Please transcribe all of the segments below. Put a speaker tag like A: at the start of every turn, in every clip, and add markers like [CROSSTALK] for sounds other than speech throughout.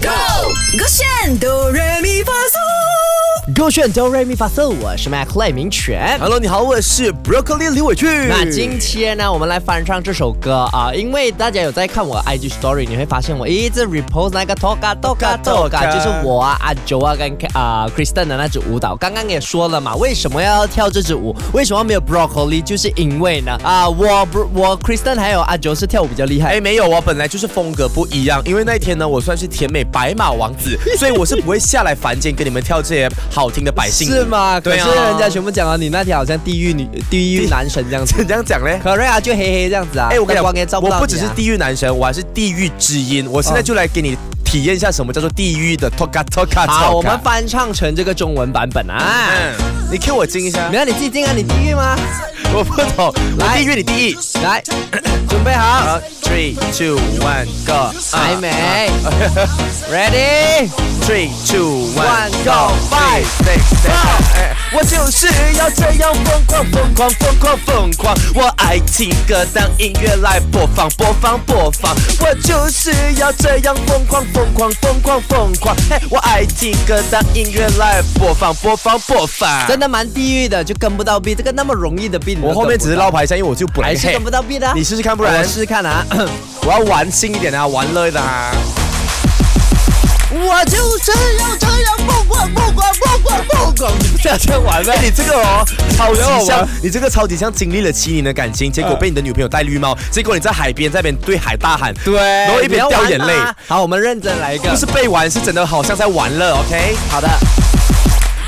A: Go，勾选哆来咪发嗦。
B: 勾选 Do Re Mi Fa So，我是 Mac 赖明全。
A: 嗯
C: Hello，你好，我是 Broccoli 李伟俊。
B: 那今天呢，我们来翻唱这首歌啊，因为大家有在看我 IG Story，你会发现我一直 repost 那个 Toka Toka Toka，就是我啊、阿九啊跟啊、Kristen 的那支舞蹈。刚刚也说了嘛，为什么要跳这支舞？为什么没有 Broccoli？就是因为呢，啊，我不我 Kristen 还有阿九是跳舞比较厉害
C: 哎，。没有啊，本来就是风格不一样。因为那一天呢，我算是甜美白马王
B: [LAUGHS]
C: 子，所以我是不会下来凡间跟你们跳这些好听的百姓舞。
B: 是吗？可
C: 对
B: 是
C: 啊，
B: 人家全部讲了，你那天好像地狱女、地狱男神这样子。
C: [LAUGHS] [LAUGHS] 这样讲嘞。
B: 可瑞啊，就黑黑这样子啊。
C: 哎，我
B: 那
C: 跟你讲
B: 光也照，不
C: 我
B: 到
C: 不
B: 你
C: 只是
B: 啊
C: 地狱男神，我还是地狱之音。我现在就来给你体验一下什么叫做地狱的 toka toka toka。
B: 好，我们翻唱成这个中文版本啊。
C: 嗯，你 Q 我惊一下
B: 你，看你自己进啊，你地狱吗？
C: 我不懂，我
B: 来
C: 地狱你第一。
B: 来，准备好
C: 好，，three two one go，啊
B: 还没，ready。
C: Three, two,
B: One,
C: one,
B: go,
C: go, five, six, seven, eight。我就是要这样疯狂疯狂疯狂疯狂，我爱听歌当音乐来播放播放播放，我就是要这样疯狂疯狂疯狂疯狂，嘿，我爱听歌当音乐来播放播放播放。
B: 真的蛮地狱的，就跟不到 B，这个那么容易的 B，你都
C: 我后面只
B: 跟
C: 是
B: 不到
C: 捞牌一下，因为我就不来
B: 还是跟不到 B 的啊。
C: 你试试看，不然
B: 我试试看啊。
C: 我要玩新一点啊，玩乐的啊。
B: 我就是要这样蹦蹦蹦蹦蹦蹦蹦蹦，你不是 [LAUGHS] 要这样玩吗
C: 哎、？你这个哦，超级
B: 没有
C: 像
B: 我，呃
C: 你这个超级像经历了七年的感情，结果被你的女朋友戴绿帽，结果你在海边在那边对海大喊，
B: 对，
C: 然后一边掉眼
B: 你
C: 泪
B: 要玩，啊吗好，我们认真来一个。
C: 不是被玩，是真的好像在玩乐，OK？
B: 好的。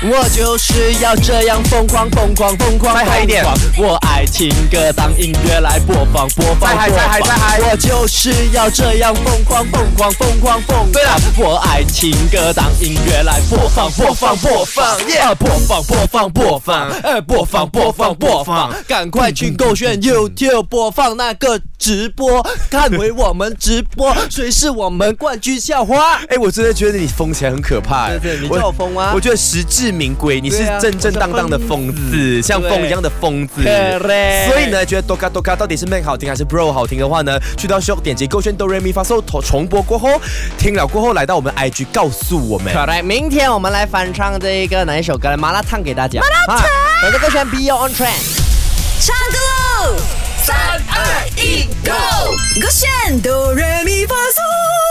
B: 我就是要这样疯狂疯狂疯狂
C: 再嗨一点
B: 疯狂！我爱听歌当音乐来播放播放
C: 再嗨
B: 播放
C: 再嗨再嗨
B: 我就是要这样疯狂疯狂疯狂疯狂！
C: 对了，
B: 我爱听歌当音乐来播放播放播放
C: 耶
B: 啊播放播放播放，呃，播放播放播放，赶快去勾选 YouTube 播放那个直播，看回我们直播，谁是我们冠军校花？
C: 哎、我真的觉得你疯起来很可怕、哎
B: 对对你叫我疯吗
C: 我觉得实至名归，你是
B: 对啊
C: 正正当当的疯子，像
B: 对
C: 风一样的疯子。
B: 对
C: 所以呢，觉得 Doka Doka 到底是 Man 好听还是 Bro 好听的话呢，去到 Shop 点击勾选 Do Re Mi Fa So 重重播过后，听了过后来到我们 IG 告诉我们。
B: Correct，明天我们来翻唱这一个哪一首歌来麻辣烫给大家。麻啊辣烫，我的歌选 Be Your On Trend。
A: 唱歌喽！三二一，Go！勾选哆来咪发嗦。